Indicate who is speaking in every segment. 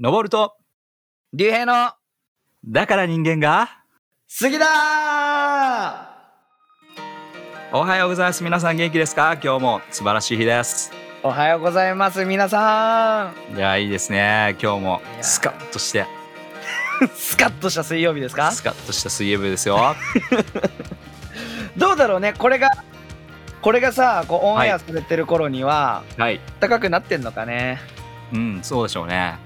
Speaker 1: 登ると、
Speaker 2: 竜兵の
Speaker 1: だから人間が、
Speaker 2: 好きだ
Speaker 1: おはようございます。皆さん元気ですか今日も素晴らしい日です。
Speaker 2: おはようございます皆さ
Speaker 1: いや、いいですね。今日も
Speaker 2: いやー
Speaker 1: スカッとして、
Speaker 2: んスカッとした水曜日ですか
Speaker 1: スカッとした水泳部 ですよ。
Speaker 2: どうだろうねこれがこれがさこうオンエアされてる頃には
Speaker 1: はい。
Speaker 2: 高くなってんのかね
Speaker 1: うん、そうでしょうね。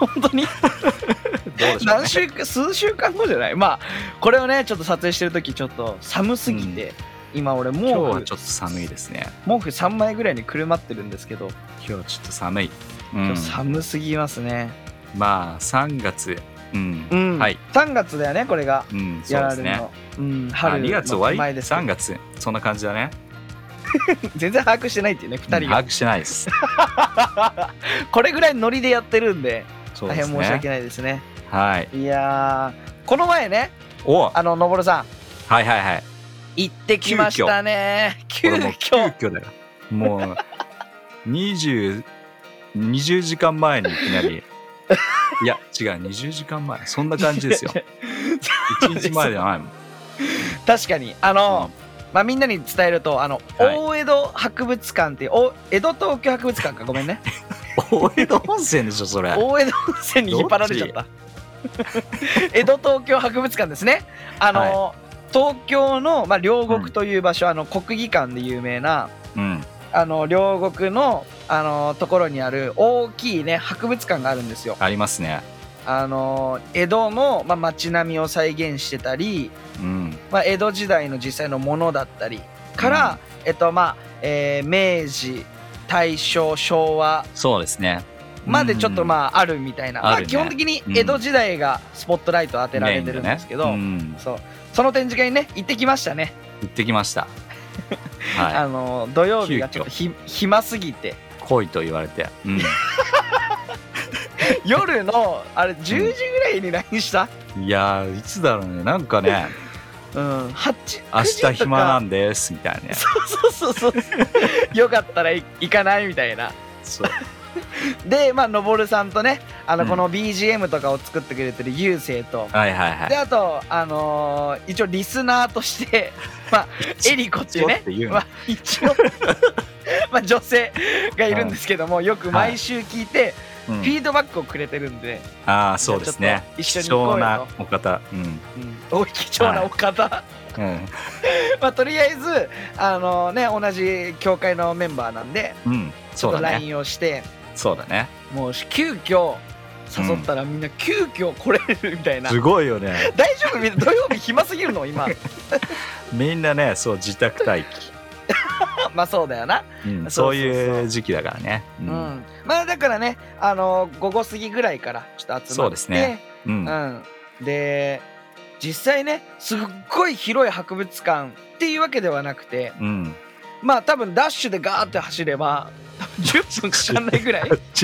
Speaker 2: 本当に
Speaker 1: どうでしょう
Speaker 2: 何
Speaker 1: ね。
Speaker 2: 週間数週間後じゃないまあこれをねちょっと撮影してる時ちょっと寒すぎて、今俺毛布
Speaker 1: 今日はちょっと寒いですね。
Speaker 2: 毛布3枚ぐらいにくるまってるんですけど、
Speaker 1: 今日はちょっと寒い。う
Speaker 2: 今
Speaker 1: ん
Speaker 2: 日、寒すぎますね、
Speaker 1: まあ、3月。うん。
Speaker 2: うん
Speaker 1: はい。
Speaker 2: 3月だよねこれが
Speaker 1: うん、そ
Speaker 2: や
Speaker 1: う
Speaker 2: ら
Speaker 1: で
Speaker 2: れ
Speaker 1: す
Speaker 2: る
Speaker 1: ね。
Speaker 2: の、うん
Speaker 1: あ
Speaker 2: 春
Speaker 1: 2
Speaker 2: の
Speaker 1: 月終わ
Speaker 2: 前
Speaker 1: り
Speaker 2: ですけど
Speaker 1: ?3 月。そんな感じだね。
Speaker 2: 全然把握してないっていうね2
Speaker 1: うん
Speaker 2: 人が、
Speaker 1: 把握してないです。
Speaker 2: これぐらいのノリでやってるんで
Speaker 1: そう で
Speaker 2: 大変
Speaker 1: すね。
Speaker 2: 申し訳ないですね
Speaker 1: はい。
Speaker 2: いやーこの前ね
Speaker 1: おはい
Speaker 2: あののぼるさん
Speaker 1: はいはい。
Speaker 2: 行ってきましたね急
Speaker 1: これも
Speaker 2: 遽
Speaker 1: う急遽だよ。もう、20、20時間前にいきなり。いや、違う、20時間前。そんな感じですよ。1日前ではないもん。
Speaker 2: 確かにあの、まあ、みんなに伝えるとあの、
Speaker 1: はい
Speaker 2: 大江戸博物館っていうお江戸東京博物館かごめ んね
Speaker 1: 大江戸本線でしょ、それ。
Speaker 2: 大江戸温泉に引っ張られちゃった 江戸東京博物館ですねあの、東京の、まあ、両国という場所、あの国技館で有名な
Speaker 1: うん。
Speaker 2: あの両国のあのところにある大きいね博物館があるんですよ
Speaker 1: ありますね。
Speaker 2: あの江戸の、まあ、街並みを再現してたり、
Speaker 1: うん。
Speaker 2: まあ、江戸時代の実際のものだったりから、えっとまあえー明治大正昭和
Speaker 1: そうですね。
Speaker 2: までちょっと
Speaker 1: あ、
Speaker 2: まああるみたいな、ま
Speaker 1: あ
Speaker 2: あ、
Speaker 1: るね
Speaker 2: 基本的に江戸時代がスポットライトを当てられてるんですけど、
Speaker 1: メインでねうん
Speaker 2: そうその展示会にね行ってきましたね、
Speaker 1: 行ってきま した。
Speaker 2: あ
Speaker 1: は
Speaker 2: の土曜日がちょっとひ暇すぎて
Speaker 1: い。濃いと言われて。う
Speaker 2: 夜のあれ10時ぐらいに LINE した、
Speaker 1: ん。いやー、いつだろうね。なんか ね、
Speaker 2: うん、8
Speaker 1: 明日暇なんんです、みたいなね。
Speaker 2: そうそうそうそうよかったらい行かないみたいな
Speaker 1: そう。
Speaker 2: でまあのぼるさんとねあの
Speaker 1: うん
Speaker 2: この BGM とかを作ってくれてるゆうせいと、
Speaker 1: はいはいはい
Speaker 2: で。あとあのー一応リスナーとして まあ えりこっていうね
Speaker 1: 一応っていうの
Speaker 2: まあ、一応まあ女性がいるんですけども、よく毎週聞いて
Speaker 1: うん
Speaker 2: フィードバックをくれてるんで、
Speaker 1: ああそうですね
Speaker 2: じゃあちょっと一緒に
Speaker 1: 貴
Speaker 2: 行こ
Speaker 1: 重
Speaker 2: うよ
Speaker 1: なお方うん、
Speaker 2: うん、お貴重なお方、
Speaker 1: う
Speaker 2: まあとりあえずあのね同じ教会のメンバーなんで
Speaker 1: んうん、
Speaker 2: ち
Speaker 1: そ
Speaker 2: ょっ
Speaker 1: う
Speaker 2: と
Speaker 1: だね
Speaker 2: LINE をして、
Speaker 1: そうだね
Speaker 2: もう急遽誘ったらみんな急遽来れるみたいな、
Speaker 1: すごいよね
Speaker 2: 大丈夫みんな土曜日暇すぎる の今
Speaker 1: みんなねそう自宅待
Speaker 2: まあそうだよな
Speaker 1: 機、うん、
Speaker 2: そ
Speaker 1: そう
Speaker 2: そうそう
Speaker 1: ういう時期だからねう
Speaker 2: うん、
Speaker 1: ん、
Speaker 2: まあだからねあの午後過ぎぐらいからちょっと集まって
Speaker 1: そうですねう
Speaker 2: うんん、で実際ねすっごい広い博物館っていうわけではなくて
Speaker 1: うん、
Speaker 2: まあ多分ダッシュでガーって走れば 多分10分かかんないぐらい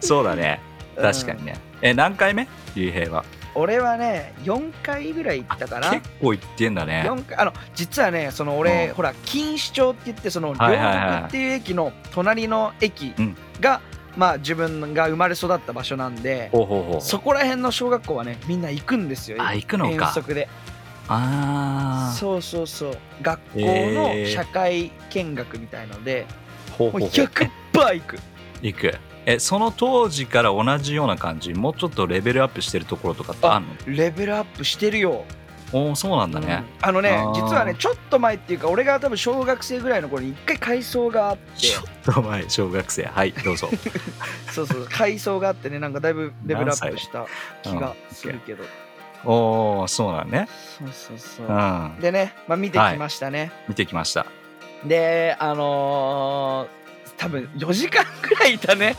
Speaker 1: そうだね確か
Speaker 2: うん
Speaker 1: にね、え何回目竜兵は
Speaker 2: 俺はね4回ぐらい行ったかな
Speaker 1: 結構行ってんだね
Speaker 2: 四回あの実はねその俺、
Speaker 1: うん
Speaker 2: ほら錦糸町って言ってその両
Speaker 1: はいはいはい
Speaker 2: 国っていう駅の隣の駅
Speaker 1: うん
Speaker 2: が、まあ自分が生まれ育った場所なんで
Speaker 1: ほうほうほう
Speaker 2: そこら辺の小学校はねみんな行くんですよ
Speaker 1: あ行くの
Speaker 2: 遠
Speaker 1: か
Speaker 2: 足で
Speaker 1: ああ
Speaker 2: そうそうそう学校
Speaker 1: へ
Speaker 2: の
Speaker 1: ー
Speaker 2: 社会見学みたいので、
Speaker 1: ほう
Speaker 2: も
Speaker 1: ほ
Speaker 2: う
Speaker 1: うほう
Speaker 2: 100パー行く
Speaker 1: 行くえその当時から同じような感じもうちょっとレベルアップしてるところとかってあんの
Speaker 2: レベルアップしてるよ、
Speaker 1: おおそうなんだ
Speaker 2: うん
Speaker 1: ね、
Speaker 2: あのね
Speaker 1: あー
Speaker 2: 実はねちょっと前っていうか俺が多分小学生ぐらいの頃に一回改装があって
Speaker 1: ちょっと前小学生はいどう ぞ
Speaker 2: そ うそう改装があってねなんかだいぶレベルアップした気がするけど、
Speaker 1: おおそうなんね
Speaker 2: そうそうそうう、
Speaker 1: ん
Speaker 2: でね、まあ、見てきましたね、
Speaker 1: 見てきました
Speaker 2: であのー多分4時間ぐらいいたね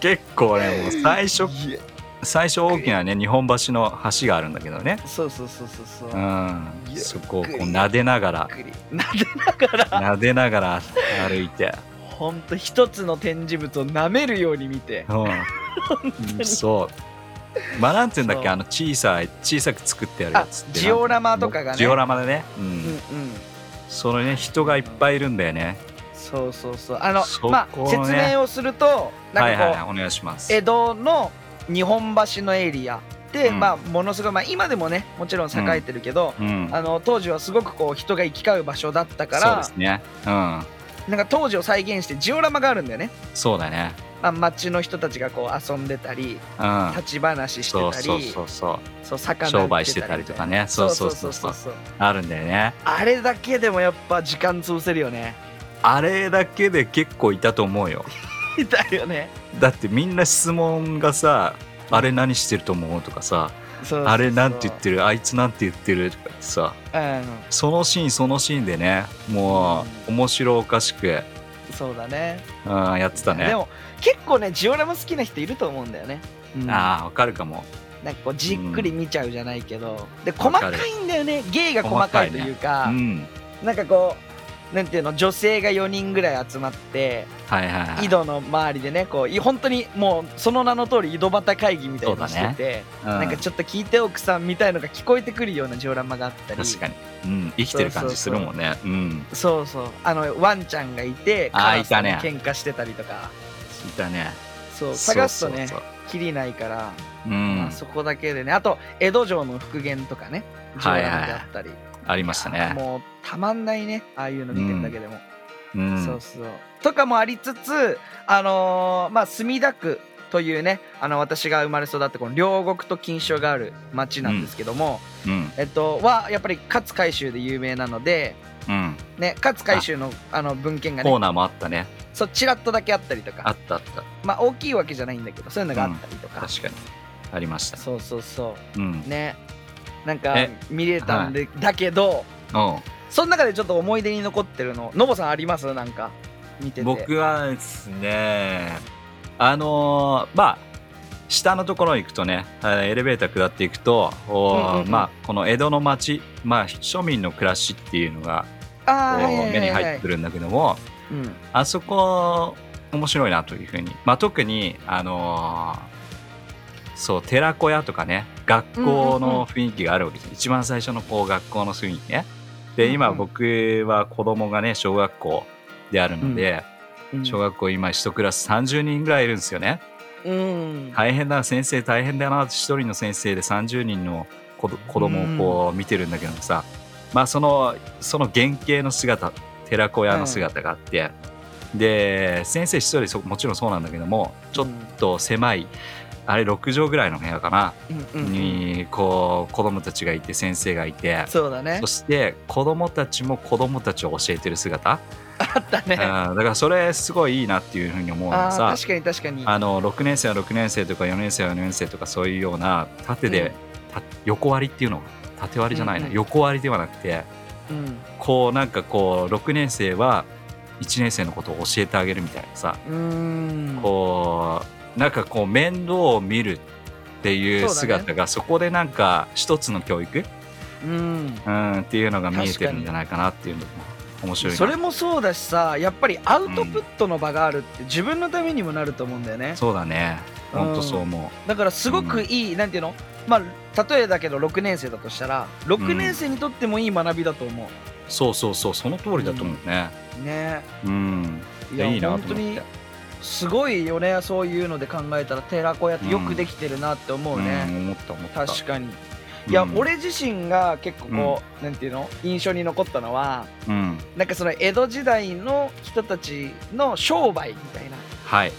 Speaker 1: 結構ねもう最初
Speaker 2: いや
Speaker 1: 最初大きなね日本橋の橋があるんだけどね
Speaker 2: そうそうそうそうそう、
Speaker 1: う
Speaker 2: ゆっ
Speaker 1: ん
Speaker 2: ゆっくり
Speaker 1: そこをこう撫でなが ら
Speaker 2: くりなでながら
Speaker 1: 撫でながら歩いて、
Speaker 2: ほんと一つの展示物を舐めるように見て
Speaker 1: うん、
Speaker 2: に
Speaker 1: そうまあなんていうんだっけ
Speaker 2: そう
Speaker 1: あの小さい小さく作ってあるや
Speaker 2: あ
Speaker 1: つって
Speaker 2: ジオラマとかがね
Speaker 1: ジオラマでね、うん
Speaker 2: うんうん
Speaker 1: そのね人がいっぱいいるんだよね
Speaker 2: そうそうそうあの、
Speaker 1: そこね
Speaker 2: まあ説明をすると
Speaker 1: は
Speaker 2: ないんかこう、
Speaker 1: はいはい、お願いします。
Speaker 2: 江戸の日本橋のエリアで、
Speaker 1: うん
Speaker 2: まあものすごい、まあ、今でもねもちろん栄えてるけど、
Speaker 1: うん、
Speaker 2: あの当時はすごくこう人が行き交う場所だったか
Speaker 1: そうで
Speaker 2: ら、
Speaker 1: すね。うん、
Speaker 2: なんか当時を再現してジオラマがあるんだよね、
Speaker 1: そうだね。
Speaker 2: まあ、街の人たちがこう遊んでたり
Speaker 1: うん。
Speaker 2: 立ち話して
Speaker 1: そう
Speaker 2: た
Speaker 1: そう
Speaker 2: り
Speaker 1: そうそう。
Speaker 2: そう魚売ってたり
Speaker 1: 商売してたりとかね。そうそうそうそう。
Speaker 2: そう
Speaker 1: あるんだよね。
Speaker 2: あれだけでもやっぱ時間潰せるよね
Speaker 1: あれだけで結構いたと思うよ。
Speaker 2: だよね
Speaker 1: だってみんな質問がさ、あれ何してると思うとかさ、
Speaker 2: そうそうそう
Speaker 1: あれなんて言ってる、あいつなんて言ってるとかってさ、
Speaker 2: う
Speaker 1: そのシーンそのシーンでね、もう面白おかしく、
Speaker 2: んそうだね
Speaker 1: うん、やってたね。
Speaker 2: でも結構ねジオラマ好きな人いると思うんだよね、うん
Speaker 1: ああ、わかるかも。
Speaker 2: なんかこうじっくり見ちゃうじゃないけど、で細
Speaker 1: わか
Speaker 2: か
Speaker 1: る
Speaker 2: いんだよね芸が細かいという
Speaker 1: う
Speaker 2: か、
Speaker 1: ん。
Speaker 2: なんかこうなんていうの女性が4人ぐらい集まって
Speaker 1: はいはいはい。
Speaker 2: 井戸の周りでねこうい本当にもうその名の通り井戸端会議みたい
Speaker 1: そう
Speaker 2: に
Speaker 1: だ
Speaker 2: し
Speaker 1: ね
Speaker 2: てて、
Speaker 1: うん
Speaker 2: なんかちょっと聞いて奥さんみたいのが聞こえてくるようなジオラマがあったり
Speaker 1: 確かに、うん、生きてる感じするもんねうん
Speaker 2: そうそうあのワンちゃんがいて
Speaker 1: あー
Speaker 2: 母さん
Speaker 1: いたね
Speaker 2: 喧嘩してたりとか
Speaker 1: いたね
Speaker 2: そう探すとね
Speaker 1: そうそう
Speaker 2: きりないから、
Speaker 1: そうう
Speaker 2: まあ、
Speaker 1: ん
Speaker 2: そこだけでねあと江戸城の復元とかねジオラマだったり、
Speaker 1: ありましたね
Speaker 2: もうたまんないねああいうの見てるだけでも、
Speaker 1: うん
Speaker 2: そうそうとかもありつつあのーまあ墨田区というねあの私が生まれ育ったこの両国と錦糸町がある町なんですけども、
Speaker 1: うん
Speaker 2: えっとはやっぱり勝海舟で有名なので
Speaker 1: うん
Speaker 2: ね勝海舟のあの文献が
Speaker 1: コー
Speaker 2: ね
Speaker 1: ナーもあったね
Speaker 2: そうちらっとだけあったりと
Speaker 1: あ
Speaker 2: か
Speaker 1: ったあった
Speaker 2: まあ大きいわけじゃないんだけどそういうのがあったりとか、
Speaker 1: 確かにありました
Speaker 2: そうそうそ
Speaker 1: うん
Speaker 2: うねなんか
Speaker 1: え
Speaker 2: 見れたんで、だけど
Speaker 1: おう
Speaker 2: その中でちょっと思い出に残ってるの、のぼさんありますなんか、見てて。
Speaker 1: 僕はですねあのーまあ下のところに行くとねあエレベーター下っていくと、おー
Speaker 2: うんうんうん
Speaker 1: まあ、この江戸の町、まあ、庶民の暮らしっていうのがこ
Speaker 2: あ
Speaker 1: う
Speaker 2: ーはいはいはいはい
Speaker 1: 目に入ってくるんだけども、
Speaker 2: うん
Speaker 1: あそこ面白いなというふうに、まあ、特にあのーそう寺子屋とかね学校の雰囲気があるわけです、一番最初のこう学校の雰囲気ね
Speaker 2: うん
Speaker 1: で
Speaker 2: うん
Speaker 1: 今僕は子供がね小学校であるので、
Speaker 2: うん
Speaker 1: 小学校今一クラス30人ぐらいいるんですよね
Speaker 2: うん。
Speaker 1: 大変だ先生大変だな一人の先生で30人の子ど子供をこう見てるんだけどもさ、まあそのその原型の姿寺子屋の姿があって、で先生一人そもちろんそうなんだけどもちょっと狭いあれ6畳ぐらいの部屋かな、
Speaker 2: うんうんうん
Speaker 1: にこう子供たちがいて先生がいて。
Speaker 2: そうだね
Speaker 1: そ。して子供たちも子供たちを教えてる姿、
Speaker 2: あった
Speaker 1: う
Speaker 2: ね
Speaker 1: ん。だからそれすごいいいなっていうふうに思うの
Speaker 2: あ
Speaker 1: が
Speaker 2: ー
Speaker 1: さ
Speaker 2: 確かに確かに。
Speaker 1: あの6年生は6年生とか4年生は4年生とかそういうような縦で、た横割りっていうの縦割りじゃないな、
Speaker 2: うんうん
Speaker 1: 横割りではなくて
Speaker 2: うん。
Speaker 1: こうなんかこう6年生は1年生のことを教えてあげるみたいなさ
Speaker 2: うん。
Speaker 1: こうなんかこう面倒を見るっていう
Speaker 2: そうだね
Speaker 1: 姿がそこでなんか一つの教育、
Speaker 2: うん。
Speaker 1: うん、っていうのが見えて
Speaker 2: 確か
Speaker 1: るん
Speaker 2: に
Speaker 1: じゃないかなっていうのも面白いな
Speaker 2: それもそうだしさ、やっぱりアウトプットの場があるって自分のためにもなると思うんだよね。
Speaker 1: そうだねほんとそう思
Speaker 2: だからすごくいい、なんていうのまあ、例えだけど6年生だとしたら、6年生にとってもいい学びだと思
Speaker 1: う、そうそうそうその通りだと思うね
Speaker 2: う。ね。
Speaker 1: うん、
Speaker 2: い
Speaker 1: いや
Speaker 2: や
Speaker 1: いいなと
Speaker 2: 本
Speaker 1: 思
Speaker 2: 当
Speaker 1: って
Speaker 2: に。すごいよねそういうので考えたら寺子屋ってよくできてるなって思うね、
Speaker 1: ん思った思った
Speaker 2: 確かにいや、
Speaker 1: うん、
Speaker 2: 俺自身が結構こう、なんていうの印象に残ったのは
Speaker 1: うん、
Speaker 2: なんかその江戸時代の人たちの商売みたいな
Speaker 1: はい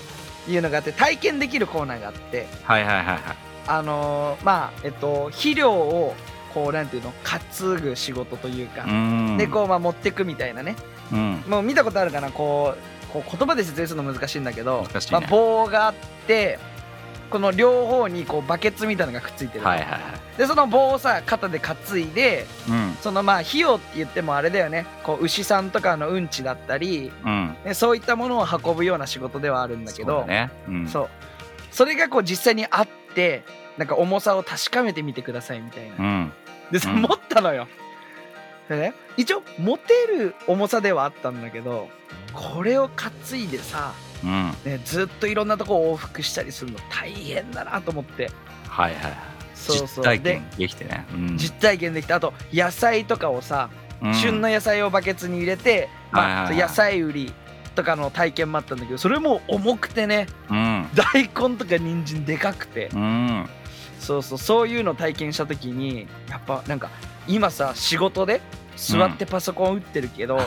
Speaker 2: いうのがあって体験できるコーナーがあって
Speaker 1: はいはいはいはい
Speaker 2: あのーまあえっと肥料をこうなんていうの担ぐ仕事というか、
Speaker 1: うん
Speaker 2: でこう、まあ、持ってくみたいなね
Speaker 1: う、ん、
Speaker 2: もう見たことあるかなこうこう言葉で説明するの難しいんだけど、
Speaker 1: 難しいね
Speaker 2: まあ、棒があってこの両方にこうバケツみたいなのがくっついてる、
Speaker 1: はいはいはい
Speaker 2: でその棒をさ肩で担いで
Speaker 1: うん
Speaker 2: そのまあ費用って言ってもあれだよねこう牛さんとかのうんちだったり、
Speaker 1: うん
Speaker 2: ね、そういったものを運ぶような仕事ではあるんだ
Speaker 1: そ
Speaker 2: け
Speaker 1: う
Speaker 2: ど
Speaker 1: だね、うん、
Speaker 2: そうそれがこう実際にあってなんか重さを確かめてみてくださいみたいな、
Speaker 1: うん
Speaker 2: でそ
Speaker 1: うん
Speaker 2: 持ったのよ、でね一応持てる重さではあったんだけどこれを担いでさ、
Speaker 1: うん
Speaker 2: ね、ずっといろんなとこを往復したりするの大変だなと思って
Speaker 1: はいはいはい
Speaker 2: そうそ
Speaker 1: 実
Speaker 2: う
Speaker 1: 体
Speaker 2: で
Speaker 1: 験できてね、うん、
Speaker 2: 実体験できたあと野菜とかをさ、
Speaker 1: うん
Speaker 2: 旬の野菜をバケツに入れて、まあ
Speaker 1: はいはいはい
Speaker 2: 野菜売りとかの体験もあったんだけどそれも重くてね
Speaker 1: うん
Speaker 2: 大根とか人参でかくて
Speaker 1: うん
Speaker 2: そうそうそういうの体験した時にやっぱなんか今さ仕事で座ってパソコン打ってる けど、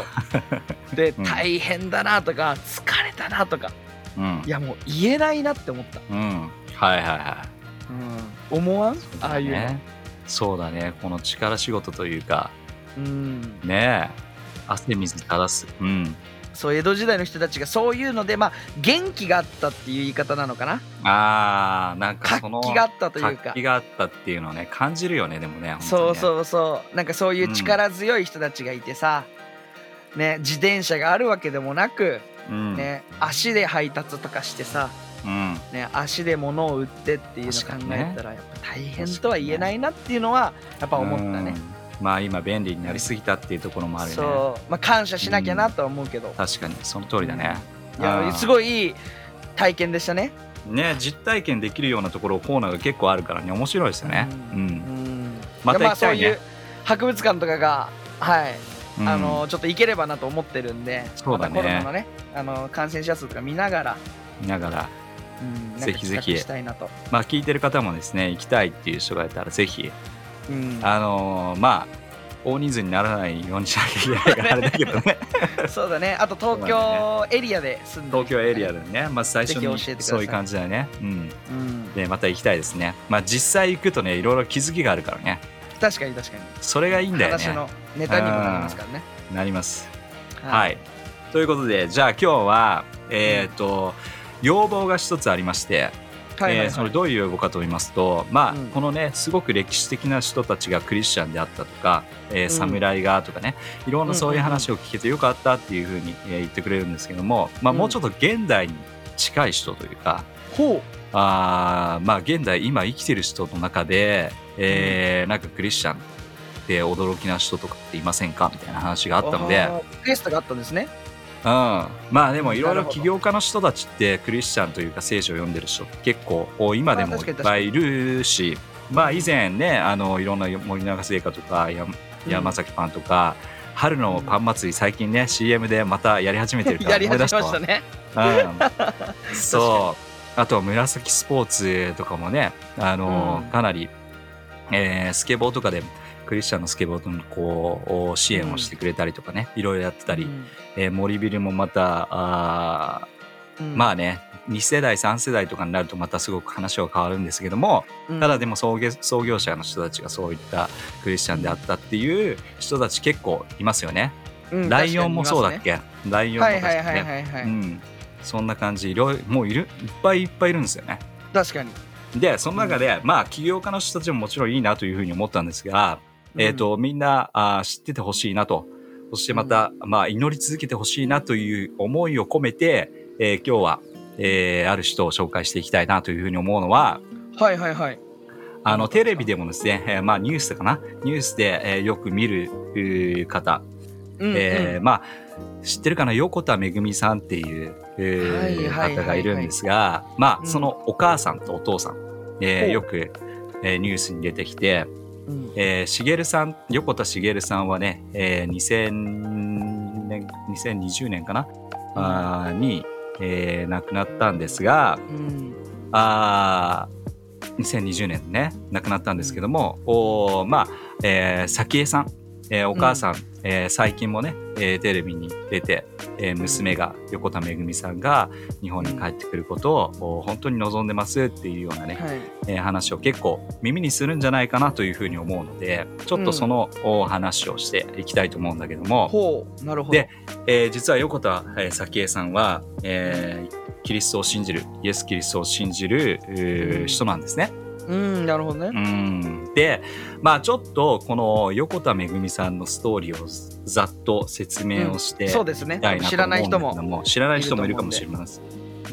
Speaker 2: で
Speaker 1: うん
Speaker 2: 大変だなとか疲れたなとか
Speaker 1: うん
Speaker 2: いやもう言えないなって思った、
Speaker 1: うんはいはいは
Speaker 2: うん、思わん、
Speaker 1: い
Speaker 2: ああいうの
Speaker 1: ねそうだねこの力仕事というか
Speaker 2: うん
Speaker 1: ねえ汗水垂らすうん
Speaker 2: そう江戸時代の人たちがそういうのでまあ元気があったっていう言い方なのかな
Speaker 1: あーなんか
Speaker 2: 活
Speaker 1: その
Speaker 2: 気があったというか
Speaker 1: 活気があったっていうのをね感じるよねでもね
Speaker 2: そう
Speaker 1: う
Speaker 2: そうそうなんかそういう力強い人たちがいてさ、ね自転車があるわけでもなく、
Speaker 1: うん
Speaker 2: ね足で配達とかしてさ、
Speaker 1: うん
Speaker 2: ね、足で物を売ってっていうのを考
Speaker 1: 確かにね
Speaker 2: えたらやっぱ大変とは言えないなっていうのはやっぱ思ったね。
Speaker 1: うんまあ今便利になりすぎたっていうところもあるよね
Speaker 2: そうまあ、感謝しなきゃなとは思うけど、
Speaker 1: 確かにその通りだね、
Speaker 2: いやすごいいい体験でしたね。
Speaker 1: ね実体験できるようなところコーナーが結構あるからね面白いですよねう
Speaker 2: うん
Speaker 1: ん、ま
Speaker 2: まあ
Speaker 1: た行きたいね
Speaker 2: そういう博物館とかがはい
Speaker 1: うん
Speaker 2: あのちょっと行ければなと思ってるんで、
Speaker 1: そうだね
Speaker 2: またコロナのねあの感染者数とか見ながら、
Speaker 1: 見ながら
Speaker 2: うん、なんか
Speaker 1: ぜひぜひ
Speaker 2: 企画したいなと、
Speaker 1: まあ聞いてる方もですね行きたいっていう人がいたらぜひ
Speaker 2: うん、
Speaker 1: あのーまあ大人数にならないようにしなきゃいけないからあれだけ どね
Speaker 2: そうだねあと東京エリアで住んでる
Speaker 1: 東
Speaker 2: 人
Speaker 1: 京
Speaker 2: とかね
Speaker 1: エリアでねまず最初
Speaker 2: ぜひ教えてく
Speaker 1: に
Speaker 2: ださい
Speaker 1: そういう感じだよねうん
Speaker 2: うん、
Speaker 1: でまた行きたいですねまあ実際行くとねいろいろ気づきがあるからね
Speaker 2: 確かに確かに
Speaker 1: それがいいんだよ
Speaker 2: 話
Speaker 1: ね
Speaker 2: のネタにもなりますからね
Speaker 1: なりますはい。ということで、じゃあ今日は、えっ、と、要望が一つありまして、
Speaker 2: はいはいはい
Speaker 1: えーそれどういう要望かと言いますと、まあ、
Speaker 2: うん
Speaker 1: このね、すごく歴史的な人たちがクリスチャンであったとか、えー
Speaker 2: ん
Speaker 1: 侍がとかね、いろんなそういう話を聞けてよかったっていうふうに、えー言ってくれるんですけども、まあ、
Speaker 2: うん
Speaker 1: もうちょっと現代に近い人というか、
Speaker 2: ほ
Speaker 1: あーまあ現代今生きてる人の中で、えーなんかクリスチャンって驚きな人とかっていませんかみたいな話があ
Speaker 2: あ
Speaker 1: ったので、
Speaker 2: ーリクエストがあったんですね
Speaker 1: うん、まあでもいろい
Speaker 2: なる
Speaker 1: ろ
Speaker 2: ほど
Speaker 1: 起業家の人たちってクリスチャンというか聖書を読んでる人って結構お今で
Speaker 2: あ
Speaker 1: も
Speaker 2: 確
Speaker 1: い
Speaker 2: か
Speaker 1: っ
Speaker 2: に
Speaker 1: ぱいいるしまあ以前ねあのいろんな森永製菓とかや
Speaker 2: うん
Speaker 1: 山崎パンとか、春のパン祭り最近ね CM でまたやり始めてるから
Speaker 2: やり
Speaker 1: 思い
Speaker 2: 始
Speaker 1: 出
Speaker 2: めました
Speaker 1: ね、
Speaker 2: ね
Speaker 1: うん、そうあとは紫スポーツとかもねあの、
Speaker 2: うん
Speaker 1: かなり、えースケボーとかでクリスチャンのスケボーのこう支援をしてくれたりとかね、いろいろやってたり、えー森ビルもまたあーま
Speaker 2: あ
Speaker 1: あね2世代3世代とかになるとまたすごく話は変わるんですけどもただでも創業創業者の人たちがそういったクリスチャンであったっていう人たち結構いますよね。ライオンもそうだっけ、ライオン
Speaker 2: は
Speaker 1: も
Speaker 2: いはい
Speaker 1: 確
Speaker 2: は
Speaker 1: か
Speaker 2: い
Speaker 1: に
Speaker 2: は
Speaker 1: ね。
Speaker 2: いはい、
Speaker 1: うんそんな感じいろいろもういるいっぱいいっぱいいるんですよね。
Speaker 2: 確かに
Speaker 1: でその中で、まあ起業家の人たちももちろんいいなというふうに思ったんですが、えー、とみんなあー知っててほしいなとそしてまた、まあ、祈り続けてほしいなという思いを込めて、えー今日は、えーある人を紹介していきたいなというふうに思うのは
Speaker 2: うんはいはいはい
Speaker 1: あのテレビでもですね、えーまあ、ニュースかなニュースで、えーよく見るうー方、
Speaker 2: うんうん
Speaker 1: えーまあ、知ってるかな横田めぐみさんっていう、えー
Speaker 2: はいはいはいはい
Speaker 1: 方がいるんですが、ま
Speaker 2: う
Speaker 1: あ、
Speaker 2: ん
Speaker 1: そのお母さんとお父さん、えー
Speaker 2: ほう
Speaker 1: よく、えーニュースに出てきて、
Speaker 2: うん
Speaker 1: えー、茂さん横田茂さんはね、えー、2000年2020年かな、あーに、えー亡くなったんですが
Speaker 2: うん
Speaker 1: あー2020年ね亡くなったんですけども、おーまあ、えー、早紀江さん、えーお母さん、えー最近もね、えーテレビに出て、えー娘が横田めぐみさんが日本に帰ってくることを、おー本当に望んでますっていうようなね、
Speaker 2: はい
Speaker 1: えー話を結構耳にするんじゃないかなというふうに思うのでちょっとそのお話をしていきたいと思うんだけども、
Speaker 2: ほうなるほど
Speaker 1: でえー実は横田えー早紀江さんは、えーキリストを信じるイエス・キリストを信じる、えー
Speaker 2: うん
Speaker 1: 人なんですね。
Speaker 2: うんなるほど
Speaker 1: う
Speaker 2: ね
Speaker 1: んでまあちょっとこの横田めぐみさんのストーリーをざっと説明をして、
Speaker 2: そうですね
Speaker 1: みたいな
Speaker 2: 知らない人
Speaker 1: と思うん
Speaker 2: も
Speaker 1: だけども知らない人もいるかもしれません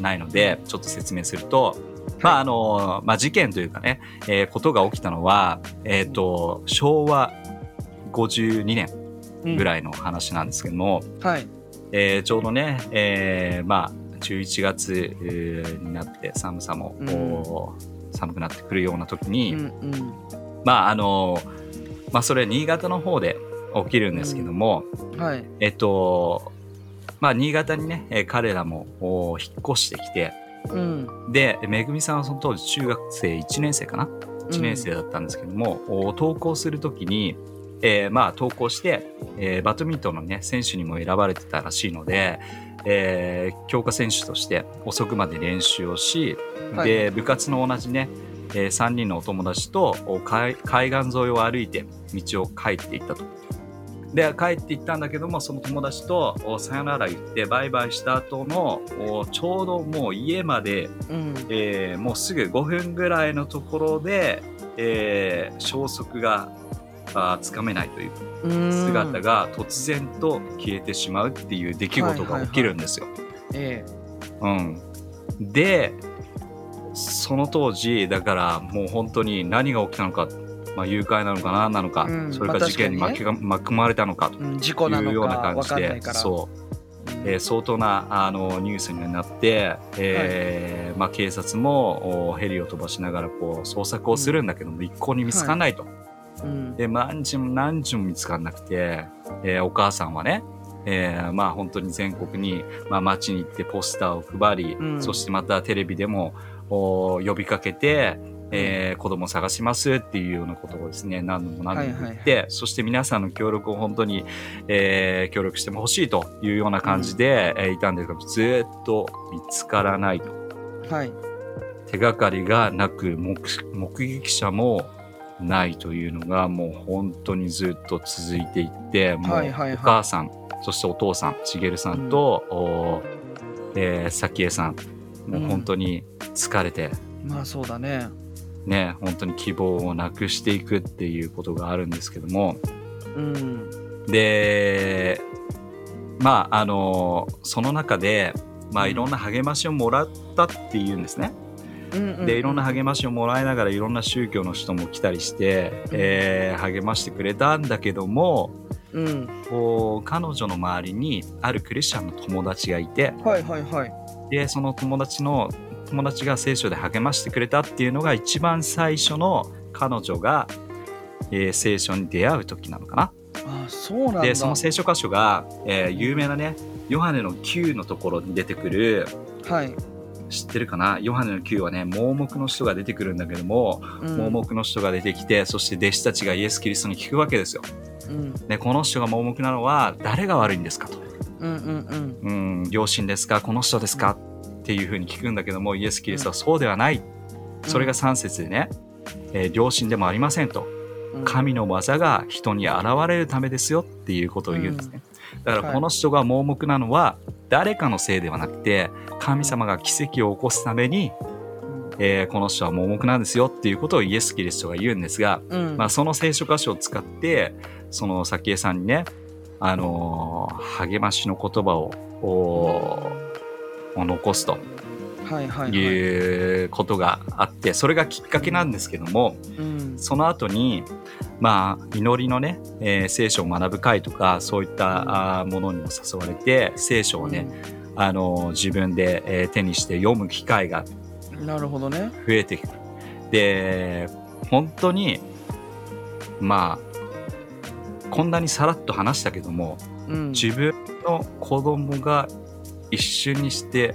Speaker 1: ないのでちょっと説明すると、まああのまあ、事件というかね、えーことが起きたのは、えー、と昭和52年ぐ
Speaker 2: い
Speaker 1: らいの話なんですけども、
Speaker 2: はい
Speaker 1: えーちょうどね、えーまあ、11月、えーになって寒さも、
Speaker 2: うん
Speaker 1: こう寒くなってくるような時に、
Speaker 2: うんうん
Speaker 1: まああのまあ、それは新潟の方で起きるんですけども、
Speaker 2: はい。
Speaker 1: えっと、ままあ、新潟にね、えー彼らもお引っ越してきて、
Speaker 2: うん。
Speaker 1: で、めぐみさんはその当時中学生1年生かな1年生だったんですけども、お投稿するときに、えーまあ投稿して、えーバドミントンのね選手にも選ばれてたらしいので、えー強化選手として遅くまで練習をし、
Speaker 2: はい
Speaker 1: で部活の同じね、え3人のお友達とお海海岸沿いを歩いて道を帰っていったと。で帰っていったんだけどもその友達とおさよなら言ってバイバイした後のおちょうどもう家まで
Speaker 2: うん。
Speaker 1: えーもうすぐ5分ぐらいのところで、えー消息があーつかめないという
Speaker 2: うん。
Speaker 1: 姿。が突然と消えてしまうっていう出来事が起きるんですよ。
Speaker 2: え
Speaker 1: うん、でその当時だからもう本当に何が起きたのか、まあ、誘拐なのか何なのか、
Speaker 2: うん
Speaker 1: それか
Speaker 2: まあ
Speaker 1: ら事件に巻きが巻き込まれたのか
Speaker 2: えうん。事
Speaker 1: と
Speaker 2: 故ないの
Speaker 1: う
Speaker 2: か
Speaker 1: ような感
Speaker 2: わ
Speaker 1: じ
Speaker 2: かんな
Speaker 1: で
Speaker 2: いから。
Speaker 1: そう
Speaker 2: うん。
Speaker 1: えー相当なあのニュースになって、えーまあ、警察もおヘリを飛ばしながらこう捜索をするんだけども、一向に見つからないと、
Speaker 2: うん。
Speaker 1: で何日も何日も見つからなくて、えーお母さんはね、えーまあ、本当に全国に、まあ、街に行ってポスターを配り、
Speaker 2: うん
Speaker 1: そしてまたテレビでもお呼びかけて、えー子供探しますっていうようなことをですね何度も何度も言って、そして皆さんの協力を本当に、えー協力してほしいというような感じで、えーいたんですがずーっと見つからないと
Speaker 2: はい。
Speaker 1: 手がかりがなく目目撃者もないというのがもう本当にずっと続いていってもう
Speaker 2: はいはいはい
Speaker 1: お母さん、そしてお父さん茂さんと、おえー早紀江さんもう本当に疲れて、
Speaker 2: まあそうだね。
Speaker 1: ね本当に希望をなくしていくっていうことがあるんですけども
Speaker 2: うん。
Speaker 1: でまああのその中で、まあ、
Speaker 2: うん
Speaker 1: いろんな励ましをもらったっていうんですね。
Speaker 2: うんうん。
Speaker 1: でいろんな励ましをもらいながらいろんな宗教の人も来たりして、えー励ましてくれたんだけども
Speaker 2: うん。
Speaker 1: こう彼女の周りにあるクリスチャンの友達がいて
Speaker 2: はいはいはい。
Speaker 1: でその友達の友達が聖書で励ましてくれたっていうのが一番最初の彼女が、えー聖書に出会う時なのか
Speaker 2: ああそうなんだ。
Speaker 1: な。でその聖書箇所が、えー有名なねヨハネの9のところに出てくる
Speaker 2: はい。
Speaker 1: 知ってるかなヨハネの9はね盲目の人が出てくるんだけども
Speaker 2: うん
Speaker 1: 盲目の人が出てきてそして弟子たちがイエス・キリストに聞くわけですよ。
Speaker 2: うん
Speaker 1: ね、この人が盲目なのは誰が悪いんですかと。
Speaker 2: うんうん
Speaker 1: うん、両親ですかこの人ですかっていうふうに聞くんだけどもイエス・キリストはそうではない。
Speaker 2: うん
Speaker 1: それが3節でね、えー両親でもありませんと。
Speaker 2: うん。
Speaker 1: 神の技が人に現れるためですよっていうことを言うんですね。だから
Speaker 2: はい
Speaker 1: この人が盲目なのは誰かのせいではなくて神様が奇跡を起こすために、
Speaker 2: うん。
Speaker 1: えーこの人は盲目なんですよっていうことをイエス・キリストが言うんですが
Speaker 2: うん。
Speaker 1: まあ、その聖書箇所を使ってその早紀江さんにね、あのー励ましの言葉をおーを残すと
Speaker 2: はいはいはい。
Speaker 1: いうことがあってそれがきっかけなんですけども
Speaker 2: うん。
Speaker 1: その後にまあ祈りのね、えー聖書を学ぶ会とかそういったあーものにも誘われて聖書をね、あのー自分で、えー手にして読む機会が
Speaker 2: うん。なるほどね。
Speaker 1: 増えてくる。で、本当に、まあ、こんなにさらっと話したけども、
Speaker 2: うん。
Speaker 1: 自分の子供が一瞬にして、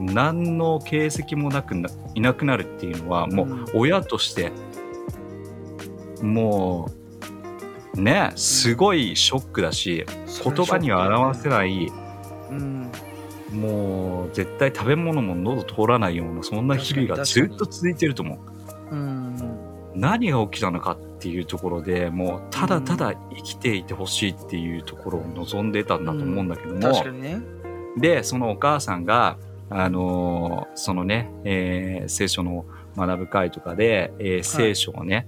Speaker 1: 何の形跡もなくないなくなるっていうのは、も
Speaker 2: うん
Speaker 1: う親として、もう、ね、すごいショックだし、言葉には表せ
Speaker 2: い。
Speaker 1: ない、
Speaker 2: うん。
Speaker 1: もう絶対食べ物も喉通らないような、そんな日々がずっと続いてると思う。
Speaker 2: うん。
Speaker 1: 何が起きたのかっていうところでもうただただ生きていてほしいっていうところを望んでたんだと思うんだけど
Speaker 2: 確
Speaker 1: も
Speaker 2: か、にね。
Speaker 1: でそのお母さんがあのーそのね、えー聖書の学ぶ会とかで、えー聖書をね、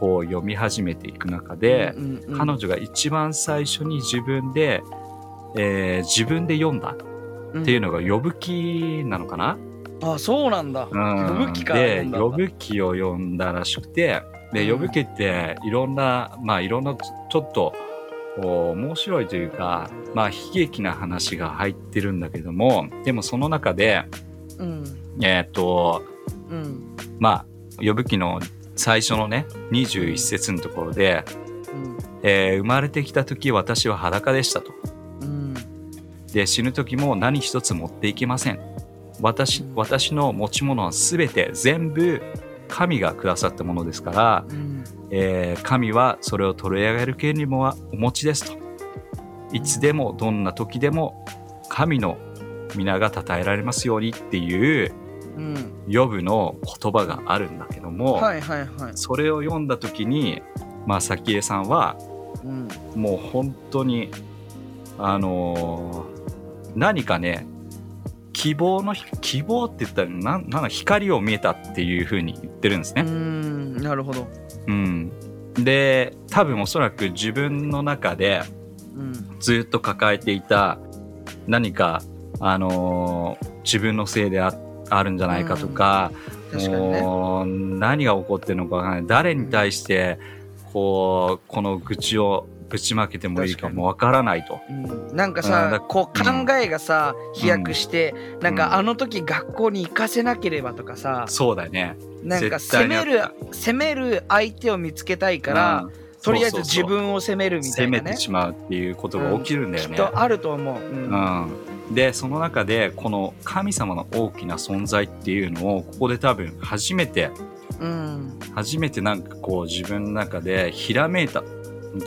Speaker 1: こう読み始めていく中で、
Speaker 2: うんうんうん
Speaker 1: 彼女が一番最初に自分で、えー自分で読んだっていうのが呼ぶ記なのかな、
Speaker 2: あそうなんだ。
Speaker 1: うん
Speaker 2: 呼ぶ気から
Speaker 1: で
Speaker 2: 読んだんだ
Speaker 1: 呼ぶ気を読んだらしくてで
Speaker 2: う
Speaker 1: 呼
Speaker 2: ん
Speaker 1: ぶ気っていろんなまあいろんなちょちょっとお面白いというかまあ悲劇な話が入ってるんだけどもでもその中で
Speaker 2: うん
Speaker 1: えーっと
Speaker 2: うん
Speaker 1: まあ呼ぶ気の最初のね21節のところで、
Speaker 2: うん
Speaker 1: えー生まれてきた時私は裸でした」と。
Speaker 2: うん
Speaker 1: で死ぬ時も何一つ持っていけません私私の持ち物は全て全部神がくださったものですから、
Speaker 2: うん
Speaker 1: えー神はそれを取り上げる権利もはお持ちですといつでもどんな時でも神の皆が称えられますようにっていう
Speaker 2: うん
Speaker 1: ヨブの言葉があるんだけども、
Speaker 2: はいはいはい、
Speaker 1: それを読んだ時に、まあ、早紀江さんは
Speaker 2: うん、
Speaker 1: もう本当にあのー何かね希望の希望って言ったらなんなんか光を見えたっていうふうに言ってるんですね。
Speaker 2: うんなるほど、
Speaker 1: うん、で多分おそらく自分の中で
Speaker 2: うん
Speaker 1: ずっと抱えていた何か、あのー自分のせいでああるんじゃないかとか,、
Speaker 2: 確かにね
Speaker 1: もう何が起こってるのかわからない誰に対してこうこの愚痴をぶちまけてもいいかもわからないと。
Speaker 2: うん、なんか
Speaker 1: うん
Speaker 2: さ
Speaker 1: だ
Speaker 2: こう
Speaker 1: うん
Speaker 2: 考えがさ、飛躍して、なん
Speaker 1: うん
Speaker 2: かあの時学校に行かせなければとかさ、
Speaker 1: そうだよね。
Speaker 2: なんか
Speaker 1: 絶対
Speaker 2: 攻
Speaker 1: にあ
Speaker 2: め
Speaker 1: っ
Speaker 2: る攻める相手を見つけたいから、
Speaker 1: うん
Speaker 2: とりあえず
Speaker 1: そうそう
Speaker 2: 自
Speaker 1: そう
Speaker 2: 分を責めるみたいな
Speaker 1: 攻め
Speaker 2: ね
Speaker 1: てしまうっていうことが起きるんだよ
Speaker 2: きっ
Speaker 1: ね。
Speaker 2: とあると思う、うん
Speaker 1: うん、でその中でこの神様の大きな存在っていうのをここで多分初めて
Speaker 2: うん
Speaker 1: 初めてなんかこう自分の中でひらめいた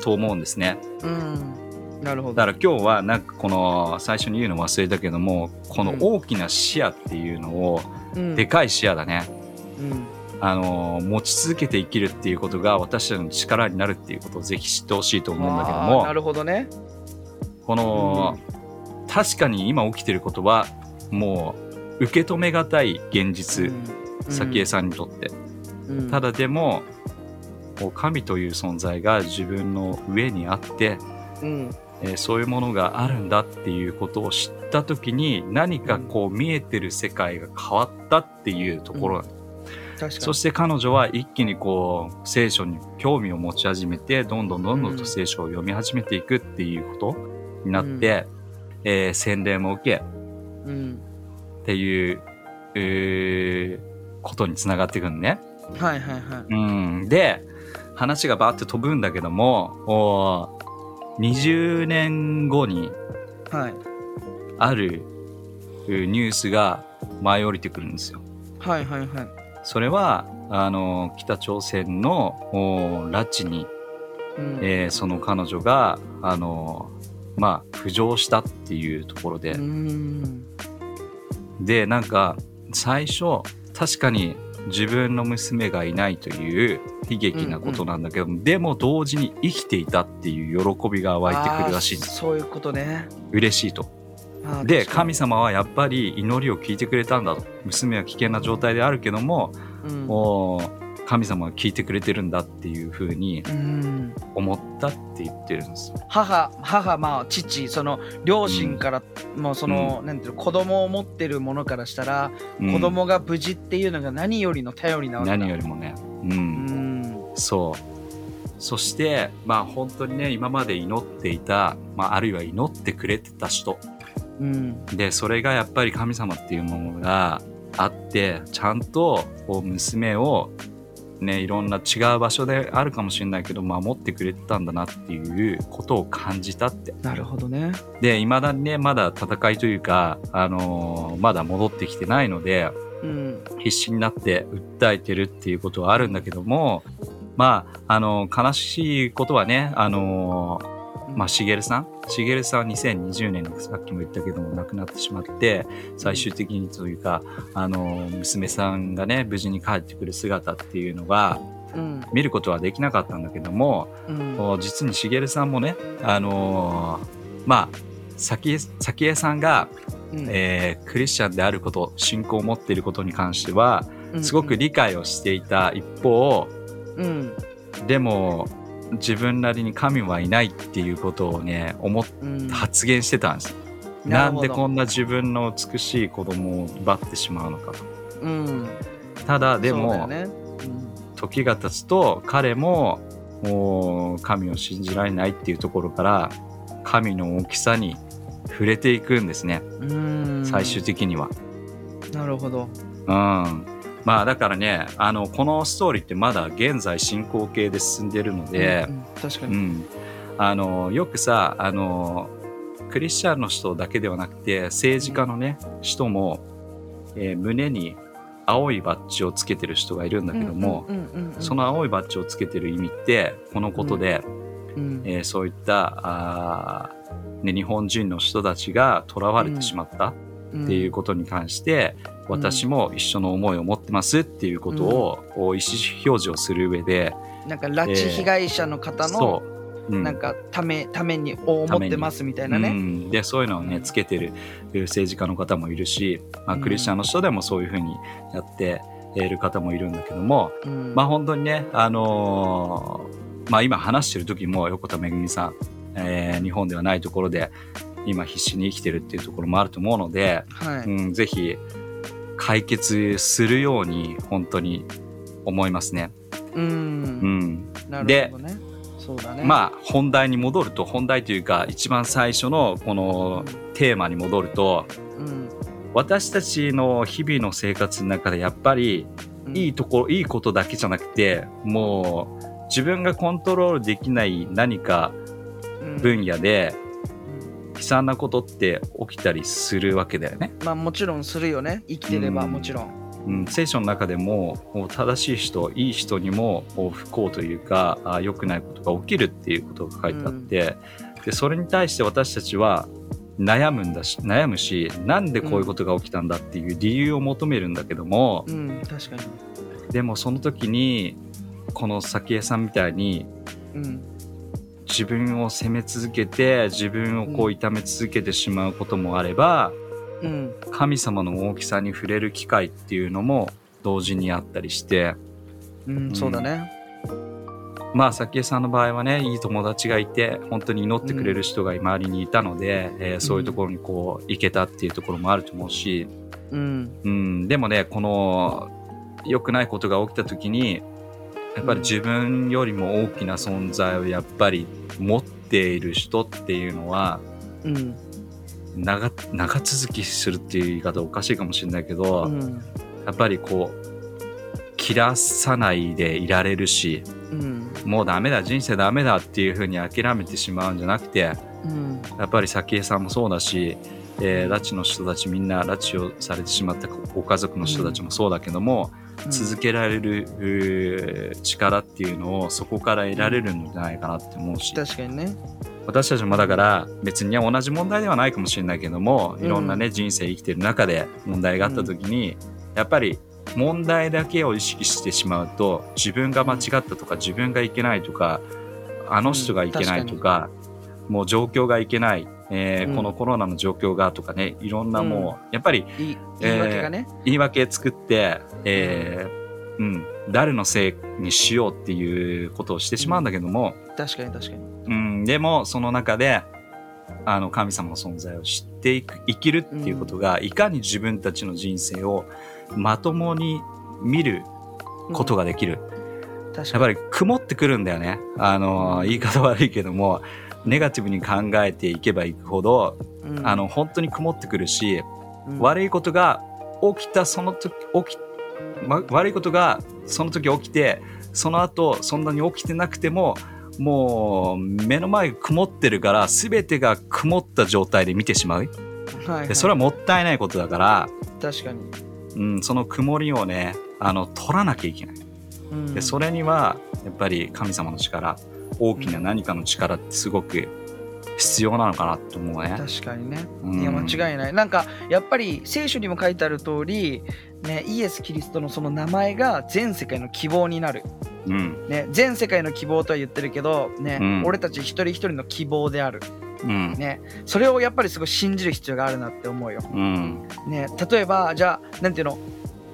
Speaker 1: と思うんですね
Speaker 2: うんなるほど
Speaker 1: だから今日はなんかこの最初に言うの忘れたけどもこの
Speaker 2: うん
Speaker 1: 大きな視野っていうのを、
Speaker 2: うん
Speaker 1: でかい視野だね
Speaker 2: うん
Speaker 1: あの持ち続けて生きるっていうことが私たちの力になるっていうことをぜひ知ってほしいと思うんだけど
Speaker 2: あーな
Speaker 1: も
Speaker 2: るほどね
Speaker 1: この、確かに今起きてることはもう受け止めがたい現実、早紀江さんにとって、
Speaker 2: うん
Speaker 1: ただでもこう神という存在が自分の上にあって、
Speaker 2: うん
Speaker 1: えーそういうものがあるんだっていうことを知った時に何かこう見えてる世界が変わったっていうところ、
Speaker 2: 確か
Speaker 1: そして彼女は一気にこう聖書に興味を持ち始めてどんどんどんどん
Speaker 2: う
Speaker 1: と
Speaker 2: ん
Speaker 1: 聖書を読み始めていくっていうことになって、えー洗礼も受け
Speaker 2: にうん
Speaker 1: っていう、えーことにつながっていくんね。
Speaker 2: はいはいはい
Speaker 1: うん、で話がバーって飛ぶんだけどもおー20年後に
Speaker 2: はい
Speaker 1: あるうニュースが舞い降りてくるんですよ。
Speaker 2: はいはいはい
Speaker 1: それはあの北朝鮮のおー拉致に、
Speaker 2: うん
Speaker 1: えーその彼女があのまあ浮上したっていうところで
Speaker 2: う、ん
Speaker 1: でなんか最初確かに自分の娘がいないという悲劇なことなんだけど、でも同時に生きていたっていう喜びが湧いてくるらしいんで
Speaker 2: あー
Speaker 1: す
Speaker 2: そういうことね
Speaker 1: 嬉しいと
Speaker 2: あー
Speaker 1: で
Speaker 2: 確かに
Speaker 1: 神様はやっぱり祈りを聞いてくれたんだと娘は危険な状態であるけども、
Speaker 2: うん
Speaker 1: もう神様は聞いてくれてるんだっていうふうに
Speaker 2: うん
Speaker 1: 思ったって言ってるんですよ
Speaker 2: 母母まあ父その両親から、もうその、なんていうの子供を持ってるものからしたら、
Speaker 1: うん
Speaker 2: 子供が無事っていうのが何よりの頼りなわけだ
Speaker 1: 何よりもねう
Speaker 2: うんん
Speaker 1: そう。そして、まあ本当にね、今まで祈っていた、まああるいは祈ってくれてた人。
Speaker 2: うん
Speaker 1: で、それがやっぱり神様っていうものがあって、ちゃんとこう娘をね、いろんな違う場所であるかもしれないけど、守ってくれてたんだなっていうことを感じたって。
Speaker 2: なるほどね
Speaker 1: で、未だにね、まだ戦いというか、あのーまだ戻ってきてないので、
Speaker 2: うん
Speaker 1: 必死になって訴えてるっていうことはあるんだけどもまああの悲しいことはねあのまあしげるさんしげるさんは2020年にさっきも言ったけども亡くなってしまって最終的にというかあの娘さんがね無事に帰ってくる姿っていうのが
Speaker 2: うん
Speaker 1: 見ることはできなかったんだけども
Speaker 2: うん
Speaker 1: こう実にしげるさんもねあのまあ早紀江早紀江さんが、
Speaker 2: うん
Speaker 1: えークリスチャンであること信仰を持っていることに関しては
Speaker 2: うん
Speaker 1: すごく理解をしていた一方
Speaker 2: うん
Speaker 1: でも自分なりに神はいないっていうことをね思っ
Speaker 2: うん
Speaker 1: 発言してたんですな
Speaker 2: なる
Speaker 1: ん
Speaker 2: ほ
Speaker 1: で
Speaker 2: ど
Speaker 1: こんな自分の美しい子供を奪ってしまうのかと
Speaker 2: うん
Speaker 1: ただでも
Speaker 2: そうだよねうん
Speaker 1: 時が経つと彼ももう神を信じられないっていうところから神の大きさに触れていくんですね
Speaker 2: うん
Speaker 1: 最終的には、
Speaker 2: なるほど
Speaker 1: うん、まあだからねあのこのストーリーってまだ現在進行形で進んでるので
Speaker 2: う、んうん確か
Speaker 1: う
Speaker 2: に
Speaker 1: ん、あのよくさあのクリスチャンの人だけではなくて、政治家のね、人も、えー胸に青いバッジをつけてる人がいるんだけども、
Speaker 2: うんうんうんうん
Speaker 1: その青いバッジをつけてる意味って、このことで、
Speaker 2: うん
Speaker 1: えーそういったあー、ね、日本人の人たちが囚われてしまったっ
Speaker 2: うん
Speaker 1: ていうことに関して、私も一緒の思いを持ってますっていうことを、こう意思表示をする上で、
Speaker 2: なんか拉致被害者の方の
Speaker 1: そう、う
Speaker 2: なんかためためにを思ってますみたいな
Speaker 1: う
Speaker 2: ね。
Speaker 1: ん、でそういうのをねつけてる政治家の方もいるし、まあ、
Speaker 2: うん
Speaker 1: クリスチャンの人でもそういうふうにやっている方もいるんだけども、
Speaker 2: うん
Speaker 1: まあ本当にね、あのーまあ、今話してる時も横田めぐみさん、えー日本ではないところで今必死に生きてるっていうところもあると思うので、
Speaker 2: は
Speaker 1: う
Speaker 2: い。
Speaker 1: ん、ぜひ解決するように本当に思いますね。
Speaker 2: う。
Speaker 1: うんん、
Speaker 2: なるほどね。そうだね。
Speaker 1: まあ本題に戻ると本題というか一番最初のこ
Speaker 2: うん
Speaker 1: のテーマに戻ると
Speaker 2: うん
Speaker 1: 私たちの日々の生活の中でやっぱり
Speaker 2: うん
Speaker 1: いいところいいことだけじゃなくてもう自分がコントロールできない何か
Speaker 2: うん
Speaker 1: 分野で悲惨なことって起きたりするわけだよね。
Speaker 2: まあもちろんするよね。生きてればもちろん。
Speaker 1: うん、聖書の中でももう正しい人いい人にもこう不幸というかあ良くないことが起きるっていうことが書いてあって、でそれに対して私たちは悩むんだし悩むしなんでこういうことが起きたんだっていう理由を求めるんだけども、
Speaker 2: うん確かに。
Speaker 1: でもその時にこの咲江さんみたいに
Speaker 2: うん
Speaker 1: 自分を責め続けて自分をこう痛め続けてしまうこともあれば、
Speaker 2: うん
Speaker 1: 神様の大きさに触れる機会っていうのも同時にあったりして。
Speaker 2: うんそうだね。
Speaker 1: まあ、さきえさんの場合はね、いい友達がいて、本当に祈ってくれる人が周りにいたので、えーそういうところにこう、行けたっていうところもあると思うし、
Speaker 2: うん
Speaker 1: うん、でもね、この、良くないことが起きた時に、やっぱり自分よりも大きな存在をやっぱり持っている人っていうのは、
Speaker 2: うん
Speaker 1: 長、長続きするっていう言い方おかしいかもしれないけ
Speaker 2: う
Speaker 1: ど、
Speaker 2: ん
Speaker 1: やっぱりこう、切らさないでいられるし、
Speaker 2: うん
Speaker 1: もうダメだ人生ダメだっていうふうに諦めてしまうんじゃなくてや
Speaker 2: うん
Speaker 1: っぱり早紀江さんもそうだし、えー拉致の人たちみんな拉致をされてしまったご家族の人たちもそうだけども、続けられるうー力っていうのをそこから得られるんじゃないかなって思うし
Speaker 2: 確かにね。
Speaker 1: 私たちもだから別に同じ問題ではないかもしれないけどもいろんなね人生生きてる中で問題があった時にやっぱり問題だけを意識してしまうと自分が間違ったとか自分がいけないとかあの人がいけないとかもう状況がいけないえ
Speaker 2: う
Speaker 1: ー
Speaker 2: ん
Speaker 1: このコロナの状況がとかねいろんなもうやっぱり
Speaker 2: い言い訳がね。
Speaker 1: 言い訳作ってえーうん誰のせいにしようっていうことをしてしまうんだけども
Speaker 2: 確かに確かに。
Speaker 1: うん、でもその中であの神様の存在を知っていく生きるっていうことが、いかに自分たちの人生をまともに見ること
Speaker 2: が
Speaker 1: ができる、やっ
Speaker 2: 確か
Speaker 1: ぱ
Speaker 2: に。
Speaker 1: り曇ってくるんだよねあの言い方悪いけどもネガティブに考えていけばいくほど、
Speaker 2: うん
Speaker 1: あの本当に曇ってくるし、
Speaker 2: うん
Speaker 1: 悪いことが起きたその時起き、ま、悪いことがその時起きてその後そんなに起きてなくてももう目の前が曇ってるから全てが曇った状態で見てしまう
Speaker 2: はいはい
Speaker 1: でそれはもったいないことだから、
Speaker 2: 確かに。
Speaker 1: うん、その曇りをねあの取らなきゃいけない
Speaker 2: うん
Speaker 1: でそれにはやっぱり神様の力大きな何かの力ってすごく必要なのかなと思うね。
Speaker 2: 確かにね。
Speaker 1: うん
Speaker 2: いや間違いない。なんかやっぱり聖書にも書いてある通り、ねイエスキリストのその名前が全世界の希望になる。
Speaker 1: うん
Speaker 2: ね全世界の希望とは言ってるけど、ね、
Speaker 1: うん
Speaker 2: 俺たち一人一人の希望である。
Speaker 1: うん
Speaker 2: ねそれをやっぱりすごい信じる必要があるなって思うよ。
Speaker 1: うん
Speaker 2: ね例えばじゃあなんていうの。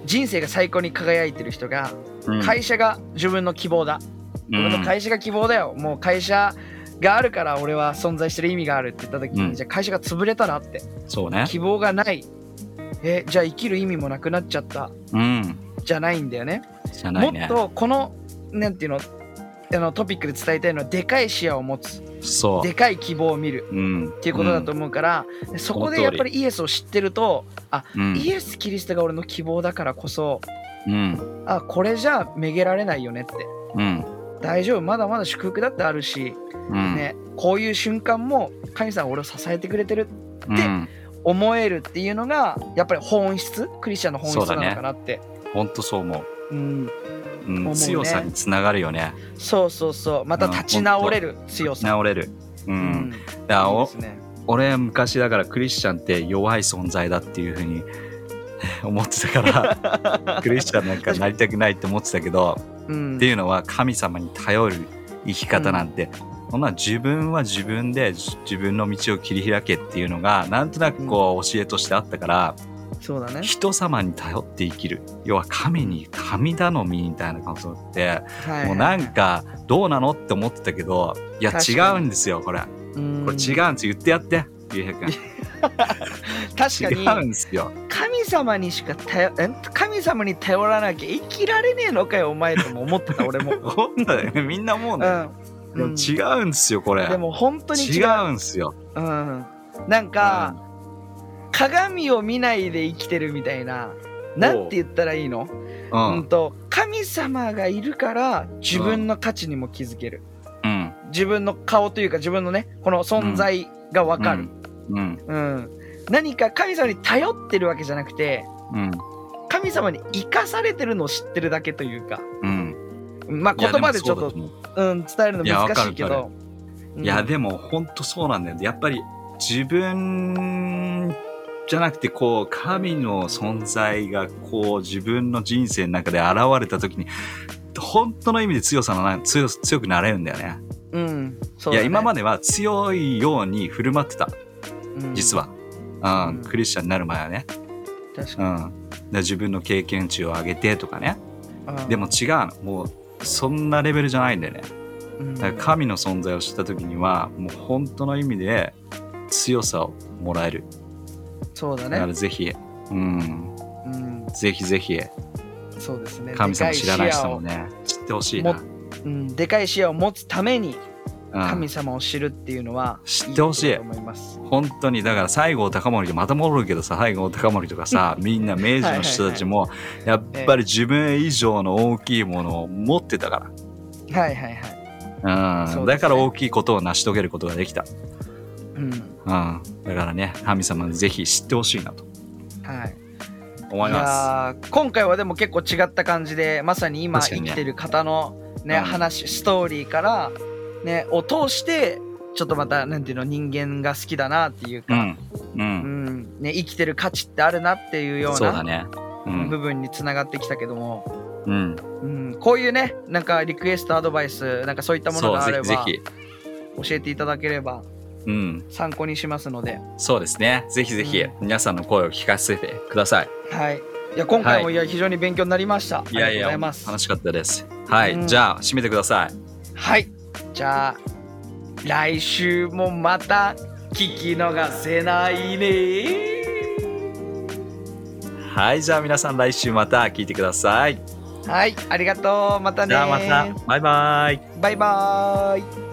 Speaker 2: 人生が最高に輝いてる人が
Speaker 1: うん
Speaker 2: 会社が自分の希望だ、俺の会社が希望だよもう会社があるから俺は存在してる意味があるって言った時に、
Speaker 1: うん
Speaker 2: じゃあ会社が潰れたらって
Speaker 1: そうね。
Speaker 2: 希望がないえじゃあ生きる意味もなくなっちゃった
Speaker 1: うん
Speaker 2: じゃないんだよね
Speaker 1: じゃない
Speaker 2: もっ
Speaker 1: ね。
Speaker 2: とこのなんていうのあのトピックで伝えたいのはでかい視野を持つ
Speaker 1: そ
Speaker 2: でかい希望を見る
Speaker 1: う。うん。
Speaker 2: っていうことだと思うから、そこでやっぱりイエスを知ってるとあ、
Speaker 1: うん。
Speaker 2: イエス・キリストが俺の希望だからこそ
Speaker 1: うん。
Speaker 2: あこれじゃあめげられないよねって
Speaker 1: うん。
Speaker 2: 大丈夫まだまだ祝福だってあるし、
Speaker 1: うん、
Speaker 2: ね、こういう瞬間も神様は俺を支えてくれてる
Speaker 1: うん、
Speaker 2: 思えるっていうのがやっぱり本質クリスチャンの本質
Speaker 1: そう
Speaker 2: な
Speaker 1: だね
Speaker 2: のかなって
Speaker 1: ほんとそう思う、
Speaker 2: うん、
Speaker 1: うん
Speaker 2: 思うね
Speaker 1: 強さにつながるよね
Speaker 2: そうそうそうまた立ち直れる強さ、
Speaker 1: 治れるう、
Speaker 2: うんん、
Speaker 1: だから
Speaker 2: いい
Speaker 1: お
Speaker 2: ですね
Speaker 1: 俺昔だからクリスチャンって弱い存在だっていうふうに 思ってたから クリスチャンなんかなりたくないって思ってたけど
Speaker 2: うん
Speaker 1: っていうのは神様に頼る生き方なんて、そんな自分は自分でじ自分の道を切り開けっていうのがなんとなくこう教えとしてあったから、
Speaker 2: そうだね
Speaker 1: 人様に頼って生きる要は神に神頼みみたいな感想って、
Speaker 2: はい
Speaker 1: もうなんかどうなのって思ってたけどいや
Speaker 2: 確
Speaker 1: 違
Speaker 2: かに
Speaker 1: うんですよこれ
Speaker 2: うん
Speaker 1: これ違うんですよ言ってやって竜兵君
Speaker 2: 確か
Speaker 1: 違
Speaker 2: に
Speaker 1: うんですよ
Speaker 2: 神様にしか頼え神様に頼らなきゃ生きられねえのかよお前とも思ってた俺 も
Speaker 1: 本当だよねみんな思う
Speaker 2: う
Speaker 1: ね、
Speaker 2: ん、
Speaker 1: でも違うんですよこれ
Speaker 2: でも本当に違
Speaker 1: 違
Speaker 2: う
Speaker 1: うんですよ
Speaker 2: うん、なんか、鏡を見ないで生きてるみたいななんて言ったらいいの
Speaker 1: う
Speaker 2: うんんと神様がいるから自分の価値にも気づける
Speaker 1: うん
Speaker 2: 自分の顔というか自分のねこの存在が分かる、
Speaker 1: うん
Speaker 2: うん何か神様に頼ってるわけじゃなくて
Speaker 1: うん
Speaker 2: 神様に生かされてるのを知ってるだけというか、
Speaker 1: うん
Speaker 2: まあ、
Speaker 1: いや
Speaker 2: 言葉でちょっと
Speaker 1: もそうだ思
Speaker 2: うん、伝えるの難しいけ
Speaker 1: いやわ
Speaker 2: ど
Speaker 1: ういやでも本当そうなんだよやっぱり自分じゃなくてこう神の存在がこう自分の人生の中で現れた時に本当の意味で強さのな強強くなれるんだよね
Speaker 2: うん、うん
Speaker 1: いや今ま
Speaker 2: で、
Speaker 1: では強いように振る舞ってた
Speaker 2: うん
Speaker 1: 実は、うん
Speaker 2: うん
Speaker 1: クリスチャンになる前はね、
Speaker 2: 確
Speaker 1: う
Speaker 2: か
Speaker 1: ん、だから自分の経験値を上げてとかね
Speaker 2: に、うん
Speaker 1: でも、違うのもうそんなレベルじゃないんだよね
Speaker 2: うん
Speaker 1: だから神の存在を知った時にはもう本当の意味で強さをもらえる
Speaker 2: そうだ
Speaker 1: だから
Speaker 2: ね、
Speaker 1: ぜひ、うん、
Speaker 2: うん、
Speaker 1: ぜひぜひ
Speaker 2: そうですね
Speaker 1: 神様知らない人も
Speaker 2: ね、
Speaker 1: ね知ってほしいな、
Speaker 2: もうん、でかい視野を持つために
Speaker 1: うん
Speaker 2: 神、様を知るっていうのは、
Speaker 1: 知ってほしい
Speaker 2: ことだと思います
Speaker 1: 本当にだから西郷隆盛また戻るけ どさ西郷隆盛とかさみんな明治の人たちもやっぱり自分以上の大きいものを持ってたか
Speaker 2: はいはいはい、
Speaker 1: ら、
Speaker 2: そ
Speaker 1: うん
Speaker 2: うですね
Speaker 1: だから大きいことを成し遂げることができた、
Speaker 2: うん
Speaker 1: うん、だからね神様にぜひ知ってほしいなと
Speaker 2: はい、
Speaker 1: 思います
Speaker 2: いやー今回はでも結構違った感じでまさに今
Speaker 1: 確か
Speaker 2: 生
Speaker 1: にね
Speaker 2: きてる方の、ね
Speaker 1: うん
Speaker 2: 話ストーリーから、ね、を通してちょっとまたなんていうの人間が好きだなっていう
Speaker 1: う
Speaker 2: か、
Speaker 1: んう
Speaker 2: うん
Speaker 1: ん、
Speaker 2: ね、生きてる価値ってあるなっていうよう
Speaker 1: そうだ
Speaker 2: な
Speaker 1: ねうん
Speaker 2: 部分につながってきたけども、
Speaker 1: うん
Speaker 2: うんこういうねなんかリクエストアドバイスなんかそういったもの
Speaker 1: そう
Speaker 2: があ
Speaker 1: ぜ
Speaker 2: れ
Speaker 1: ひぜ
Speaker 2: ば
Speaker 1: ひ
Speaker 2: 教えていただければ
Speaker 1: うん
Speaker 2: 参考にしますので、
Speaker 1: そうですねぜひぜひ
Speaker 2: うん
Speaker 1: 皆さんの声を聞かせてください、
Speaker 2: はい、いや今回も
Speaker 1: はい
Speaker 2: いや非常に勉強になりました。
Speaker 1: いやい
Speaker 2: あ
Speaker 1: や
Speaker 2: りがとうございます
Speaker 1: 楽しかったですはい、
Speaker 2: うん
Speaker 1: じゃあ締めてください
Speaker 2: はい。じゃあ、来週もまた聞き逃せないね。
Speaker 1: はい、じゃあ皆さん来週また聞いてください。
Speaker 2: はい、ありがとう。またね。
Speaker 1: じゃあまた、バイバイ。
Speaker 2: バイバーイ。